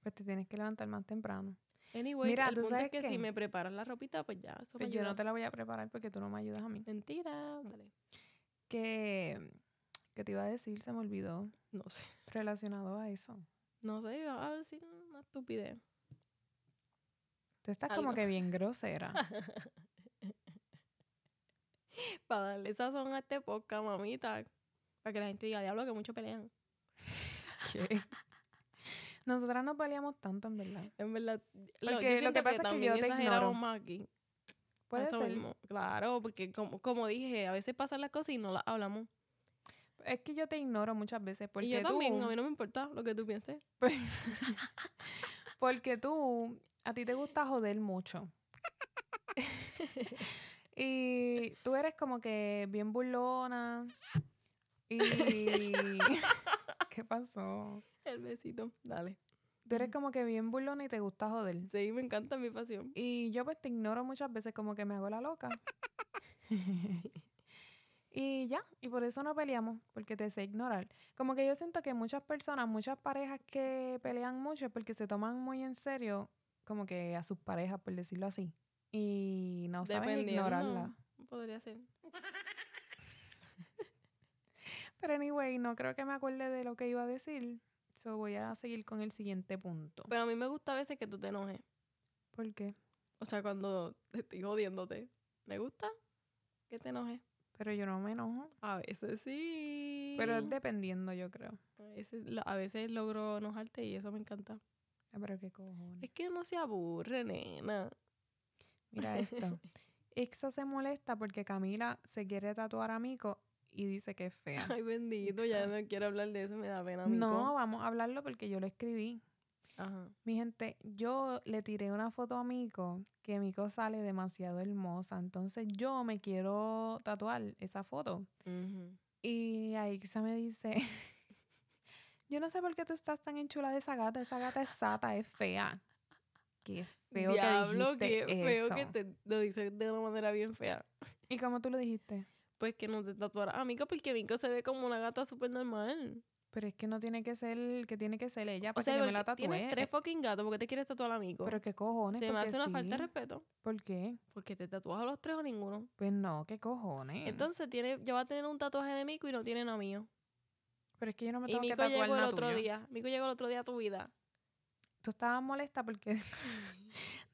Speaker 2: Pues te tienes que levantar más temprano.
Speaker 3: Anyways,
Speaker 2: Mira,
Speaker 3: el
Speaker 2: ¿tú
Speaker 3: punto es
Speaker 2: sabes
Speaker 3: que
Speaker 2: qué?
Speaker 3: si me preparas la ropita, pues ya, eso me
Speaker 2: Pues yo
Speaker 3: ayuda.
Speaker 2: no te la voy a preparar porque tú no me ayudas a mí.
Speaker 3: Mentira, dale.
Speaker 2: que, que te iba a decir, se me olvidó,
Speaker 3: No sé.
Speaker 2: relacionado a eso.
Speaker 3: No sé, iba a decir una estupidez.
Speaker 2: Tú estás
Speaker 3: Algo.
Speaker 2: como que bien grosera.
Speaker 3: Para darle sazón a este podcast, mamita. Para que la gente diga, diablo, que mucho pelean.
Speaker 2: ¿Qué? Nosotras nos peleamos tanto, en verdad.
Speaker 3: En verdad. lo-
Speaker 2: Porque
Speaker 3: yo
Speaker 2: lo
Speaker 3: siento
Speaker 2: que pasa es que
Speaker 3: también
Speaker 2: yo te
Speaker 3: exageramos
Speaker 2: ignoro.
Speaker 3: más aquí.
Speaker 2: Puede
Speaker 3: Eso
Speaker 2: ser.
Speaker 3: mismo. Claro, porque como, como dije, a veces pasan las cosas y no las hablamos.
Speaker 2: Es que yo te ignoro muchas veces porque
Speaker 3: y yo
Speaker 2: tú...
Speaker 3: también, a mí no me importa lo que tú pienses.
Speaker 2: Porque tú, a ti te gusta joder mucho. y tú eres como que bien burlona. Y... ¿Qué pasó?
Speaker 3: El besito, dale.
Speaker 2: Tú eres como que bien burlona y te gusta joder.
Speaker 3: Sí, me encanta mi pasión.
Speaker 2: Y yo pues te ignoro muchas veces como que me hago la loca. y ya, y por eso no peleamos, porque te sé ignorar. Como que yo siento que muchas personas, muchas parejas que pelean mucho es porque se toman muy en serio como que a sus parejas, por decirlo así. Y no saben
Speaker 3: Dependiendo,
Speaker 2: ignorarla.
Speaker 3: Podría ser.
Speaker 2: Pero anyway, no creo que me acuerde de lo que iba a decir. So voy a seguir con el siguiente punto.
Speaker 3: Pero a mí me gusta a veces que tú te enojes.
Speaker 2: ¿Por qué?
Speaker 3: O sea, cuando estoy jodiéndote. Me gusta que te enojes.
Speaker 2: Pero yo no me enojo.
Speaker 3: A veces sí.
Speaker 2: Pero es dependiendo, yo creo.
Speaker 3: a, veces, lo- a veces logro enojarte y eso me encanta.
Speaker 2: Ah, Pero qué cojones.
Speaker 3: Es que uno se aburre, nena.
Speaker 2: Mira esto. Ixa se molesta porque Camila se quiere tatuar a Mico y dice que es fea.
Speaker 3: Ay, bendito, ya
Speaker 2: Exacto.
Speaker 3: no quiero hablar de eso, me da pena. mico.
Speaker 2: No, vamos a hablarlo porque yo lo escribí.
Speaker 3: Ajá.
Speaker 2: Mi gente, yo le tiré una foto a Mico, que Mico sale demasiado hermosa. Entonces yo me quiero tatuar esa foto.
Speaker 3: Ujú.
Speaker 2: Y a Ixa me dice, yo no sé por qué tú estás tan enchulada de esa gata. Esa gata es sata, es fea. Qué feo
Speaker 3: Diablo,
Speaker 2: que
Speaker 3: qué
Speaker 2: dijiste
Speaker 3: feo que
Speaker 2: eso.
Speaker 3: te lo dices de una manera bien fea.
Speaker 2: ¿Y cómo tú lo dijiste?
Speaker 3: Pues que no te tatuaras a Mico porque Mico se ve como una gata súper normal.
Speaker 2: Pero es que no tiene que ser, que tiene que ser ella
Speaker 3: O
Speaker 2: para
Speaker 3: sea,
Speaker 2: que yo me
Speaker 3: porque
Speaker 2: la tatué.
Speaker 3: tienes tres fucking gatos, ¿por qué te quieres tatuar a Mico?
Speaker 2: Pero qué cojones,
Speaker 3: Se me
Speaker 2: porque
Speaker 3: hace una
Speaker 2: sí.
Speaker 3: falta de respeto.
Speaker 2: ¿Por qué?
Speaker 3: Porque te tatuas a los tres o ninguno.
Speaker 2: Pues no, qué cojones.
Speaker 3: Entonces tiene, ya va a tener un tatuaje de Mico y no tiene nada mío.
Speaker 2: pero es que yo no me
Speaker 3: Y
Speaker 2: tengo que
Speaker 3: Mico
Speaker 2: tatuar
Speaker 3: llegó el
Speaker 2: nada
Speaker 3: otro
Speaker 2: tuyo.
Speaker 3: día. Mico llegó el otro día a tu vida.
Speaker 2: Tú estabas molesta porque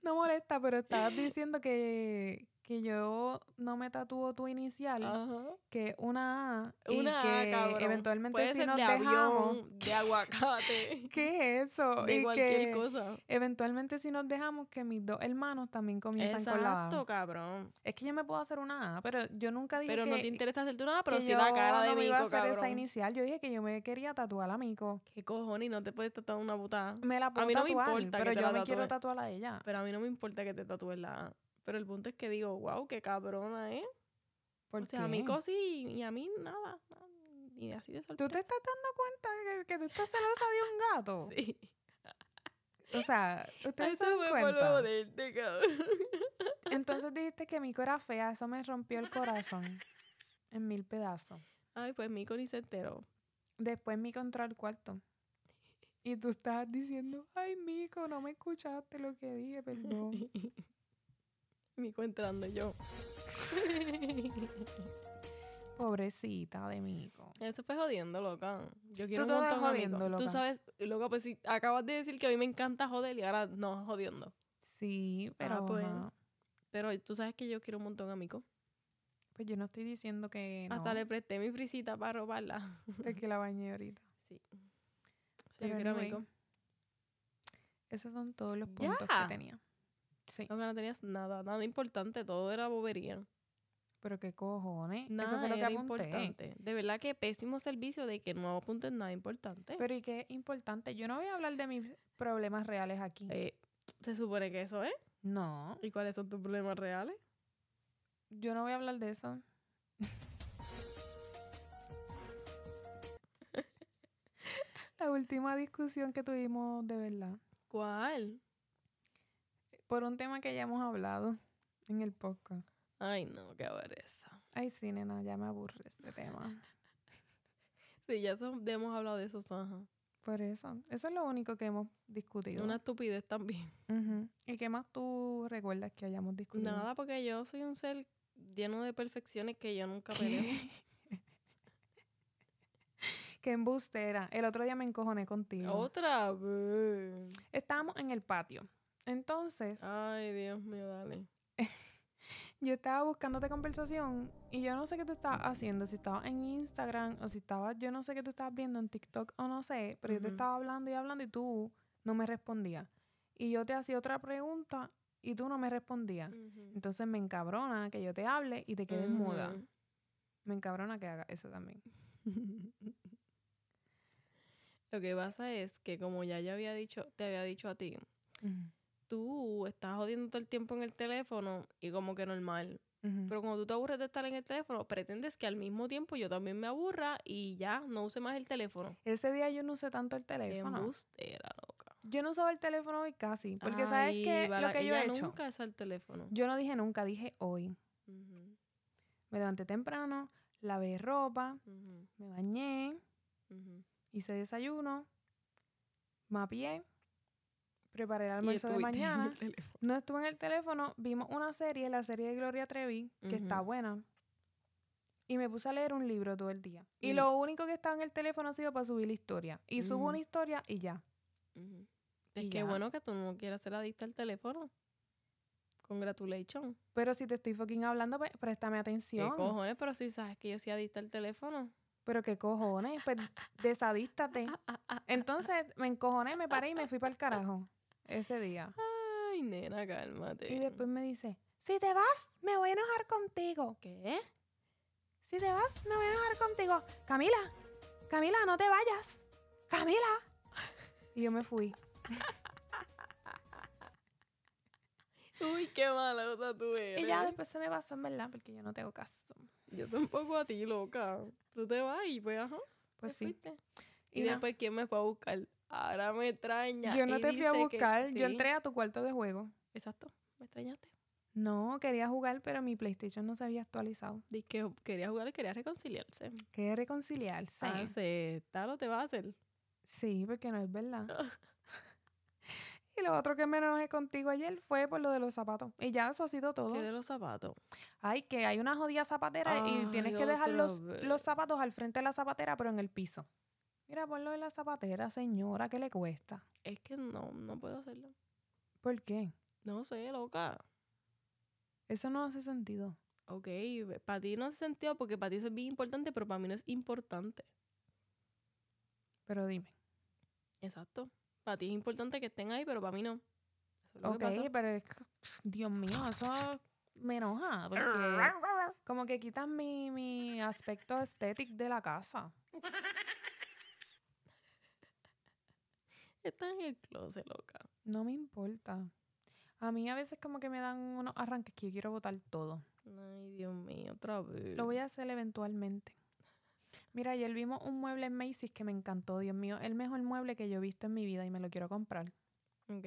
Speaker 2: no molesta, pero estabas diciendo que que yo no me tatúo tu inicial,
Speaker 3: Ajá.
Speaker 2: que una A y
Speaker 3: Ah. Una A,
Speaker 2: que
Speaker 3: cabrón.
Speaker 2: eventualmente
Speaker 3: Puede
Speaker 2: si
Speaker 3: ser
Speaker 2: nos
Speaker 3: de
Speaker 2: dejamos,
Speaker 3: avión, de aguacate,
Speaker 2: ¿qué es eso?
Speaker 3: de
Speaker 2: y
Speaker 3: cualquier
Speaker 2: que
Speaker 3: cosa.
Speaker 2: eventualmente si nos dejamos que mis dos hermanos también comienzan con la A.
Speaker 3: Exacto, cabrón.
Speaker 2: Es que yo me puedo hacer una A, pero yo nunca dije
Speaker 3: Pero
Speaker 2: que
Speaker 3: no te interesa hacerte nada, pero
Speaker 2: que
Speaker 3: sí la
Speaker 2: yo
Speaker 3: cara de
Speaker 2: no me
Speaker 3: Mico,
Speaker 2: iba a hacer
Speaker 3: cabrón.
Speaker 2: esa inicial. Yo dije que yo me quería tatuar a Mico.
Speaker 3: ¿Qué cojones? No te puedes tatuar una putada.
Speaker 2: Me la puedo
Speaker 3: mí no me
Speaker 2: tatuar,
Speaker 3: importa que
Speaker 2: pero
Speaker 3: te
Speaker 2: yo
Speaker 3: la
Speaker 2: me quiero
Speaker 3: tatúes.
Speaker 2: tatuar a ella.
Speaker 3: Pero a mí no me importa que te tatúes la A. Pero el punto es que digo, wow, qué cabrona, ¿eh?
Speaker 2: ¿Por
Speaker 3: o sea, a
Speaker 2: qué?
Speaker 3: Mico sí y a mí nada. nada, Ni así de
Speaker 2: ¿Tú
Speaker 3: sorpresa.
Speaker 2: te estás dando cuenta que, que tú estás celosa de un gato?
Speaker 3: Sí.
Speaker 2: O sea, ustedes se
Speaker 3: Eso
Speaker 2: dan
Speaker 3: fue por
Speaker 2: cuenta.
Speaker 3: joderte, cabrón.
Speaker 2: Entonces dijiste que Mico era fea, eso me rompió el corazón en mil pedazos.
Speaker 3: Ay, pues Mico ni se enteró.
Speaker 2: Después Mico entró al cuarto. Y tú estabas diciendo, ay, Mico, no me escuchaste lo que dije, perdón.
Speaker 3: Mico entrando yo.
Speaker 2: Pobrecita de Mico.
Speaker 3: Eso fue jodiendo, loca. Yo quiero un
Speaker 2: todo es
Speaker 3: montón a Mico.
Speaker 2: jodiendo,
Speaker 3: Tú
Speaker 2: loca.
Speaker 3: sabes, loca, pues si acabas de decir que a mí me encanta joder y ahora no, jodiendo.
Speaker 2: Sí, pero
Speaker 3: pues.
Speaker 2: ajá.
Speaker 3: Pero tú sabes que yo quiero un montón a Mico.
Speaker 2: Pues yo no estoy diciendo que no,
Speaker 3: Hasta le presté mi frisita para robarla.
Speaker 2: porque la bañé ahorita.
Speaker 3: O sea, yo
Speaker 2: Pero
Speaker 3: quiero a
Speaker 2: anyway,
Speaker 3: Mico.
Speaker 2: Esos son todos los
Speaker 3: Ya.
Speaker 2: puntos que tenía. Sí,
Speaker 3: Loca, no tenías nada, nada importante, todo era bobería.
Speaker 2: pero qué cojones.
Speaker 3: Nada
Speaker 2: Eso fue lo que
Speaker 3: era
Speaker 2: apunté.
Speaker 3: importante. De verdad que pésimo servicio de que no apuntes nada importante.
Speaker 2: Pero y qué importante. Yo no voy a hablar de mis problemas reales aquí.
Speaker 3: Eh, se supone que eso es.
Speaker 2: No,
Speaker 3: ¿Y cuáles son tus problemas reales?
Speaker 2: yo no voy a hablar de eso. la última discusión que tuvimos de verdad.
Speaker 3: ¿Cuál?
Speaker 2: Por un tema que ya hemos hablado en el podcast.
Speaker 3: Ay, no, qué avareza.
Speaker 2: Ay, sí, nena, ya me aburre este tema.
Speaker 3: Sí, ya so- hemos hablado de eso, ajá.
Speaker 2: Por eso. Eso es lo único que hemos discutido.
Speaker 3: Una estupidez también.
Speaker 2: Ujú. ¿Y qué más tú recuerdas que hayamos discutido?
Speaker 3: Nada, porque yo soy un ser lleno de perfecciones que yo nunca peleo.
Speaker 2: ¿Qué? Qué embustera. El otro día me encojoné contigo.
Speaker 3: Otra vez. Ah.
Speaker 2: Estábamos en el patio. Entonces,
Speaker 3: Ay, Dios mío, dale.
Speaker 2: yo estaba buscándote conversación y yo no sé qué tú estabas haciendo, si estabas en Instagram o si estabas, yo no sé qué tú estabas viendo en TikTok o no sé, pero yo te
Speaker 3: Ujú.
Speaker 2: estaba hablando y hablando y tú no me respondías. Y yo te hacía otra pregunta y tú no me respondías.
Speaker 3: Ujú.
Speaker 2: Entonces me encabrona que yo te hable y te quedes muda.
Speaker 3: Mm. Ujú.
Speaker 2: Me encabrona que haga eso también.
Speaker 3: Lo que pasa es que como ya yo había dicho, te había dicho a ti, tú estás jodiendo todo el tiempo en el teléfono y como que normal.
Speaker 2: Ujú.
Speaker 3: Pero cuando tú te aburres de estar en el teléfono, pretendes que al mismo tiempo yo también me aburra y ya no use más el teléfono.
Speaker 2: Ese día yo no usé tanto el
Speaker 3: Qué
Speaker 2: teléfono.
Speaker 3: embustera, loca.
Speaker 2: Yo no usaba el teléfono hoy casi, porque sabes
Speaker 3: Ay,
Speaker 2: que lo
Speaker 3: Bala-
Speaker 2: que yo
Speaker 3: ella
Speaker 2: he hecho.
Speaker 3: nunca usa el teléfono.
Speaker 2: Yo no dije nunca, dije hoy.
Speaker 3: Ujú,
Speaker 2: Me levanté temprano, lavé ropa,
Speaker 3: ujú,
Speaker 2: me bañé,
Speaker 3: ujú.
Speaker 2: hice desayuno, mapeé, preparé el
Speaker 3: Y
Speaker 2: almuerzo de
Speaker 3: estuviste en el
Speaker 2: mañana.
Speaker 3: teléfono.
Speaker 2: No estuve en el teléfono, vimos una serie, la serie de Gloria Trevi, que está
Speaker 3: Ujú.
Speaker 2: buena. Y me puse a leer un libro todo el día. Y
Speaker 3: Mm.
Speaker 2: lo único que estaba en el teléfono ha sido para subir la historia. Y subo
Speaker 3: Ujú.
Speaker 2: una historia y ya.
Speaker 3: Ujú. Es
Speaker 2: Y
Speaker 3: que
Speaker 2: ya.
Speaker 3: bueno que tú no quieras ser adicta al teléfono. Congratulations.
Speaker 2: Pero si te estoy fucking hablando, pues, préstame
Speaker 3: ¿Qué
Speaker 2: atención.
Speaker 3: cojones? Pero si sabes que yo soy adicta al teléfono.
Speaker 2: Pero qué cojones, pues desadístate. Entonces me encojoné, me paré y me fui para el carajo ese día.
Speaker 3: Ay, nena, cálmate.
Speaker 2: Y después me dice, si te vas, me voy a enojar contigo.
Speaker 3: ¿Qué?
Speaker 2: Si te vas, me voy a enojar contigo. Camila, Camila, no te vayas. Camila. Y yo me fui.
Speaker 3: Uy, qué mala cosa tú eres.
Speaker 2: Y ya después se me pasó, en verdad, porque yo no tengo caso.
Speaker 3: Yo tampoco a ti, loca. Tú te vas y pues, ajá.
Speaker 2: Pues
Speaker 3: te
Speaker 2: sí.
Speaker 3: fuiste.
Speaker 2: Y
Speaker 3: Y,
Speaker 2: nada.
Speaker 3: después, ¿quién me fue a buscar? Ahora me extraña.
Speaker 2: Yo no
Speaker 3: Y
Speaker 2: te fui a
Speaker 3: dice que-
Speaker 2: buscar, yo
Speaker 3: sí,
Speaker 2: entré a tu cuarto de juego.
Speaker 3: Exacto, me extrañaste.
Speaker 2: No, quería jugar, pero mi PlayStation no se había actualizado.
Speaker 3: Dice que quería jugar y quería reconciliarse.
Speaker 2: Quería reconciliarse.
Speaker 3: Ah. Aceptalo, te va a hacer.
Speaker 2: Sí, porque no es verdad. y lo otro que me enojé contigo ayer fue por lo de los zapatos. Y ya eso ha sido todo.
Speaker 3: ¿Qué de los zapatos?
Speaker 2: Ay, que hay una jodida zapatera y tienes
Speaker 3: Ay,
Speaker 2: que dejar
Speaker 3: otra
Speaker 2: los,
Speaker 3: vez.
Speaker 2: los zapatos al frente de la zapatera, pero en el piso. Mira, por lo de la zapatera, señora, ¿qué le cuesta?
Speaker 3: Es que no, no puedo hacerlo.
Speaker 2: ¿Por qué?
Speaker 3: No sé, loca.
Speaker 2: Eso no hace sentido.
Speaker 3: Ok, para ti no hace sentido porque para ti eso es bien importante, pero para mí no es importante.
Speaker 2: Pero dime.
Speaker 3: Exacto. Para ti es importante que estén ahí, pero para mí no. Eso es lo
Speaker 2: Ok,
Speaker 3: que pasa.
Speaker 2: pero es que, Dios mío, eso me enoja. Porque como que quitas mi, mi aspecto estético de la casa.
Speaker 3: Está en el closet, loca.
Speaker 2: No me importa. A mí a veces como que me dan unos arranques que yo quiero botar todo.
Speaker 3: Ay, Dios mío, otra vez.
Speaker 2: Lo voy a hacer eventualmente. Mira, ayer vimos un mueble en Macy's que me encantó, Dios mío. El mejor mueble que yo he visto en mi vida y me lo quiero comprar.
Speaker 3: Ok,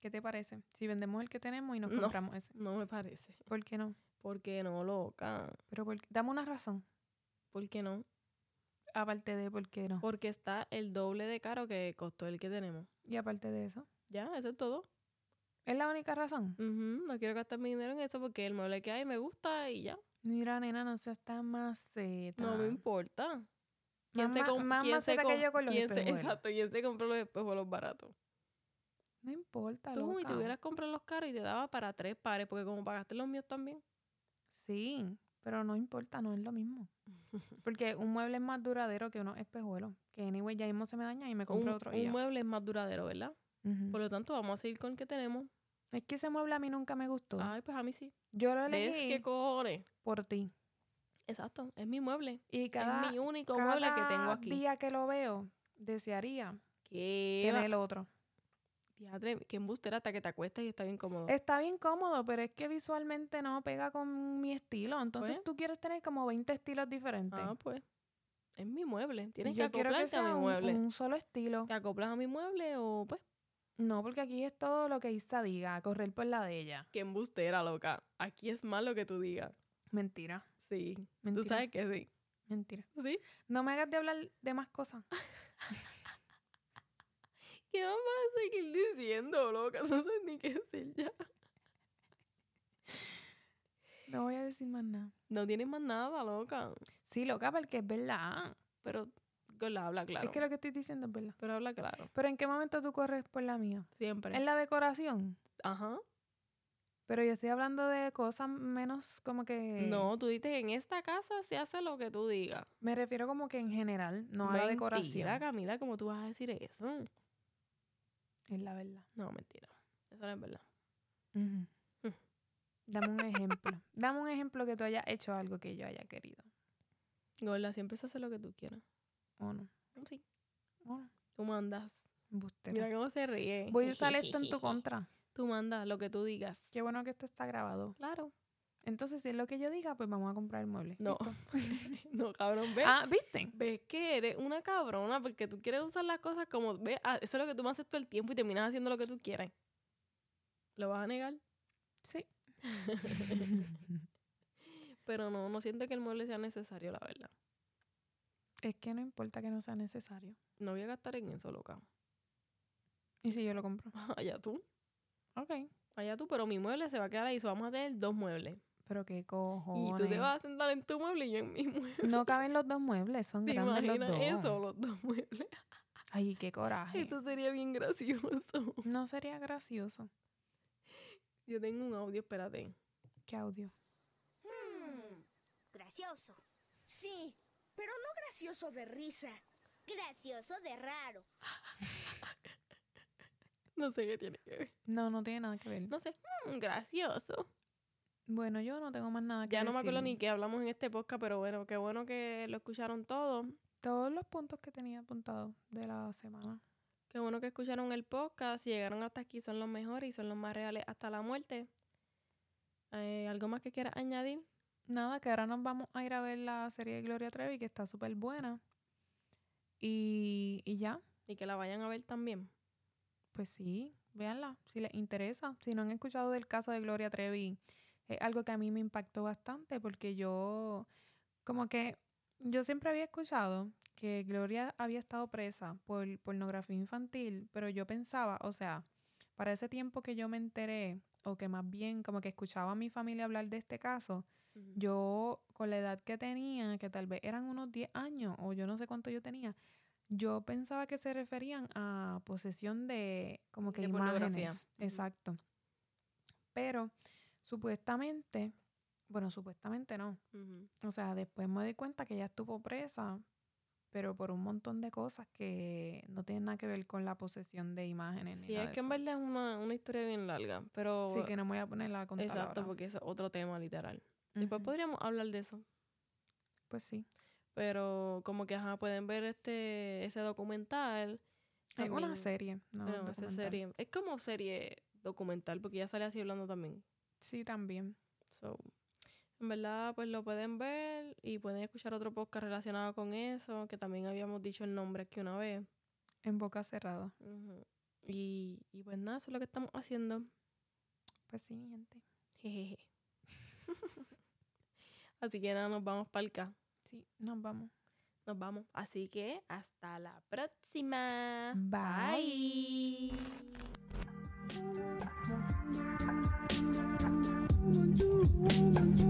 Speaker 2: ¿Qué te parece? Si vendemos el que tenemos y nos
Speaker 3: No.
Speaker 2: compramos ese.
Speaker 3: no me parece.
Speaker 2: ¿Por qué no?
Speaker 3: ¿Por qué no, loca?
Speaker 2: Pero por- dame una razón,
Speaker 3: ¿Por qué no?
Speaker 2: aparte de por qué no.
Speaker 3: Porque está el doble de caro que costó el que tenemos.
Speaker 2: Y aparte de eso.
Speaker 3: Ya, eso es todo.
Speaker 2: Es la única razón.
Speaker 3: Ujú, No quiero gastar mi dinero en eso porque el mueble que hay me gusta y ya.
Speaker 2: Mira, nena, no seas tan maceta.
Speaker 3: No me importa.
Speaker 2: Más ma-
Speaker 3: com-
Speaker 2: más
Speaker 3: quién se
Speaker 2: maceta que
Speaker 3: com-
Speaker 2: yo con los
Speaker 3: quién se-
Speaker 2: espejuelos.
Speaker 3: Exacto, ¿quién se compró los espejuelos baratos?
Speaker 2: No importa,
Speaker 3: Tú y
Speaker 2: loca.
Speaker 3: te hubieras comprado los caros y te daba para tres pares, porque como pagaste los míos también.
Speaker 2: Sí, pero no importa, no es lo mismo. Porque un mueble es más duradero que unos espejuelos. Que anyway, ya mismo se me daña y me
Speaker 3: Un,
Speaker 2: compro otro y
Speaker 3: un
Speaker 2: ya.
Speaker 3: mueble es más duradero, ¿verdad?
Speaker 2: Ujú.
Speaker 3: Por lo tanto, vamos a seguir con el que tenemos.
Speaker 2: Es que ese mueble a mí nunca me gustó.
Speaker 3: Ay, pues a mí sí.
Speaker 2: Yo lo
Speaker 3: ¿Ves
Speaker 2: elegí
Speaker 3: qué cojones?
Speaker 2: por ti.
Speaker 3: Exacto, es mi mueble.
Speaker 2: Y cada,
Speaker 3: es mi único mueble que tengo
Speaker 2: cada
Speaker 3: aquí.
Speaker 2: día que lo veo, desearía
Speaker 3: ¿Qué?
Speaker 2: tener
Speaker 3: va-
Speaker 2: el otro.
Speaker 3: Diadre, qué embustera hasta que te acuestas y está bien cómodo.
Speaker 2: Está bien cómodo, pero es que visualmente no pega con mi estilo. Entonces
Speaker 3: Pues.
Speaker 2: tú quieres tener como 20 estilos diferentes.
Speaker 3: Ah, pues. Es mi mueble. Tienes
Speaker 2: Y
Speaker 3: que
Speaker 2: yo quiero que
Speaker 3: acoplarte a
Speaker 2: sea
Speaker 3: mi
Speaker 2: un,
Speaker 3: mueble.
Speaker 2: un solo estilo.
Speaker 3: ¿Te acoplas a mi mueble o pues?
Speaker 2: No, porque aquí es todo lo que Isa diga, correr por la de ella.
Speaker 3: Qué embustera, loca. Aquí es más lo que tú digas.
Speaker 2: Mentira,
Speaker 3: Sí.
Speaker 2: mentira,
Speaker 3: Tú sabes que sí.
Speaker 2: mentira.
Speaker 3: ¿Sí?
Speaker 2: No me hagas de hablar de más cosas.
Speaker 3: ¿Qué vamos a seguir diciendo, loca? No sé ni qué decir ya.
Speaker 2: No voy a decir más nada.
Speaker 3: No tienes más nada, loca.
Speaker 2: Sí, loca, porque es verdad.
Speaker 3: Pero girl, habla claro.
Speaker 2: Es que lo que estoy diciendo es verdad.
Speaker 3: Pero habla claro.
Speaker 2: Pero ¿en qué momento tú corres por la mía?
Speaker 3: Siempre.
Speaker 2: En la decoración.
Speaker 3: Ajá.
Speaker 2: Pero yo estoy hablando de cosas menos como que...
Speaker 3: No, tú dices en esta casa se hace lo que tú digas.
Speaker 2: Me refiero como que en general, no a la decoración.
Speaker 3: Mentira, Camila, ¿cómo tú vas a decir eso?
Speaker 2: Es la verdad.
Speaker 3: No, mentira. Eso no es verdad.
Speaker 2: Ujú.
Speaker 3: Mm.
Speaker 2: Dame un ejemplo. Dame un ejemplo que tú hayas hecho algo que yo haya querido.
Speaker 3: Gorda, siempre se hace lo que tú quieras.
Speaker 2: ¿O no?
Speaker 3: Sí.
Speaker 2: ¿O no?
Speaker 3: Tú mandas.
Speaker 2: Embustero.
Speaker 3: Mira cómo se ríe.
Speaker 2: Voy a usar esto en tu contra.
Speaker 3: Tú mandas lo que tú digas.
Speaker 2: Qué bueno que esto está grabado.
Speaker 3: Claro.
Speaker 2: Entonces, si es lo que yo diga, pues vamos a comprar el mueble.
Speaker 3: No.
Speaker 2: ¿Listo?
Speaker 3: no, cabrón, ¿ves?
Speaker 2: Ah, ¿viste?
Speaker 3: Ves que eres una cabrona porque tú quieres usar las cosas como... Ve, ah, eso es lo que tú me haces todo el tiempo y terminas haciendo lo que tú quieres. ¿Lo vas a negar?
Speaker 2: Sí.
Speaker 3: Pero no, no siento que el mueble sea necesario, la verdad.
Speaker 2: Es que no importa que no sea necesario.
Speaker 3: No voy a gastar en eso, loca.
Speaker 2: ¿Y si yo lo compro?
Speaker 3: Allá tú.
Speaker 2: Ok.
Speaker 3: Allá tú, pero mi mueble se va a quedar ahí. so vamos a tener dos muebles.
Speaker 2: Pero qué
Speaker 3: Y
Speaker 2: cojones.
Speaker 3: tú te vas a sentar en tu mueble y yo en mi mueble.
Speaker 2: No caben los dos muebles, son
Speaker 3: ¿Te
Speaker 2: grandes los
Speaker 3: imaginas
Speaker 2: dos.
Speaker 3: eso? Los dos muebles.
Speaker 2: Ay, qué coraje.
Speaker 3: Eso sería bien gracioso.
Speaker 2: No sería gracioso.
Speaker 3: Yo tengo un audio, espérate.
Speaker 2: Qué audio.
Speaker 4: Mm, gracioso.
Speaker 5: Sí, pero no gracioso de risa.
Speaker 4: Gracioso de raro.
Speaker 3: No sé qué tiene que ver.
Speaker 2: No, no tiene nada que ver.
Speaker 3: No sé. Mm, gracioso.
Speaker 2: Bueno, yo no tengo más nada que
Speaker 3: Ya no me acuerdo
Speaker 2: decir.
Speaker 3: ni qué hablamos en este podcast, pero bueno, qué bueno que lo escucharon todo.
Speaker 2: Todos los puntos que tenía apuntados de la semana.
Speaker 3: Qué bueno que escucharon el podcast. Si llegaron hasta aquí, son los mejores y son los más reales hasta la muerte. Eh, ¿Algo más que quieras añadir?
Speaker 2: Nada, que ahora nos vamos a ir a ver la serie de Gloria Trevi, que está súper buena. Y, y ya,
Speaker 3: Y que la vayan a ver también.
Speaker 2: pues sí, véanla, si les interesa. Si no han escuchado del caso de Gloria Trevi, es algo que a mí me impactó bastante porque yo, como que, yo siempre había escuchado que Gloria había estado presa por pornografía infantil, pero yo pensaba, o sea, para ese tiempo que yo me enteré, o que más bien como que escuchaba a mi familia hablar de este caso, yo con la edad que tenía, que tal vez eran unos 10 años o yo no sé cuánto yo tenía, yo pensaba que se referían a posesión de como que
Speaker 3: De pornografía.
Speaker 2: imágenes.
Speaker 3: Ujú.
Speaker 2: Exacto. Pero supuestamente, bueno, supuestamente no.
Speaker 3: Ujú.
Speaker 2: O sea, después me di cuenta que ella estuvo presa, pero por un montón de cosas que no tienen nada que ver con la posesión de imágenes. ni
Speaker 3: Sí,
Speaker 2: nada
Speaker 3: es
Speaker 2: de
Speaker 3: que en
Speaker 2: eso.
Speaker 3: verdad es una, una historia bien larga, pero...
Speaker 2: Sí, que no me voy a poner la contar
Speaker 3: Exacto,
Speaker 2: ahora.
Speaker 3: porque eso es otro tema literal. Después
Speaker 2: Ujú.
Speaker 3: podríamos hablar de eso,
Speaker 2: Pues sí.
Speaker 3: pero como que ajá, pueden ver este ese documental.
Speaker 2: Es una
Speaker 3: también.
Speaker 2: serie, no, un
Speaker 3: Ah, Bueno, esa
Speaker 2: documental.
Speaker 3: serie. Es como serie documental, porque ya sale así hablando también.
Speaker 2: Sí, también.
Speaker 3: So, en verdad, pues lo pueden ver y pueden escuchar otro podcast relacionado con eso, que también habíamos dicho el nombre aquí una vez.
Speaker 2: En boca cerrada.
Speaker 3: Ujú. y, y pues nada, eso es lo que estamos haciendo.
Speaker 2: Pues sí, mi gente.
Speaker 3: Jejeje. Así que nada, nos vamos para acá.
Speaker 2: Sí, nos vamos.
Speaker 3: Nos vamos. Así que hasta la próxima.
Speaker 2: Bye.
Speaker 3: Bye.
Speaker 5: Thank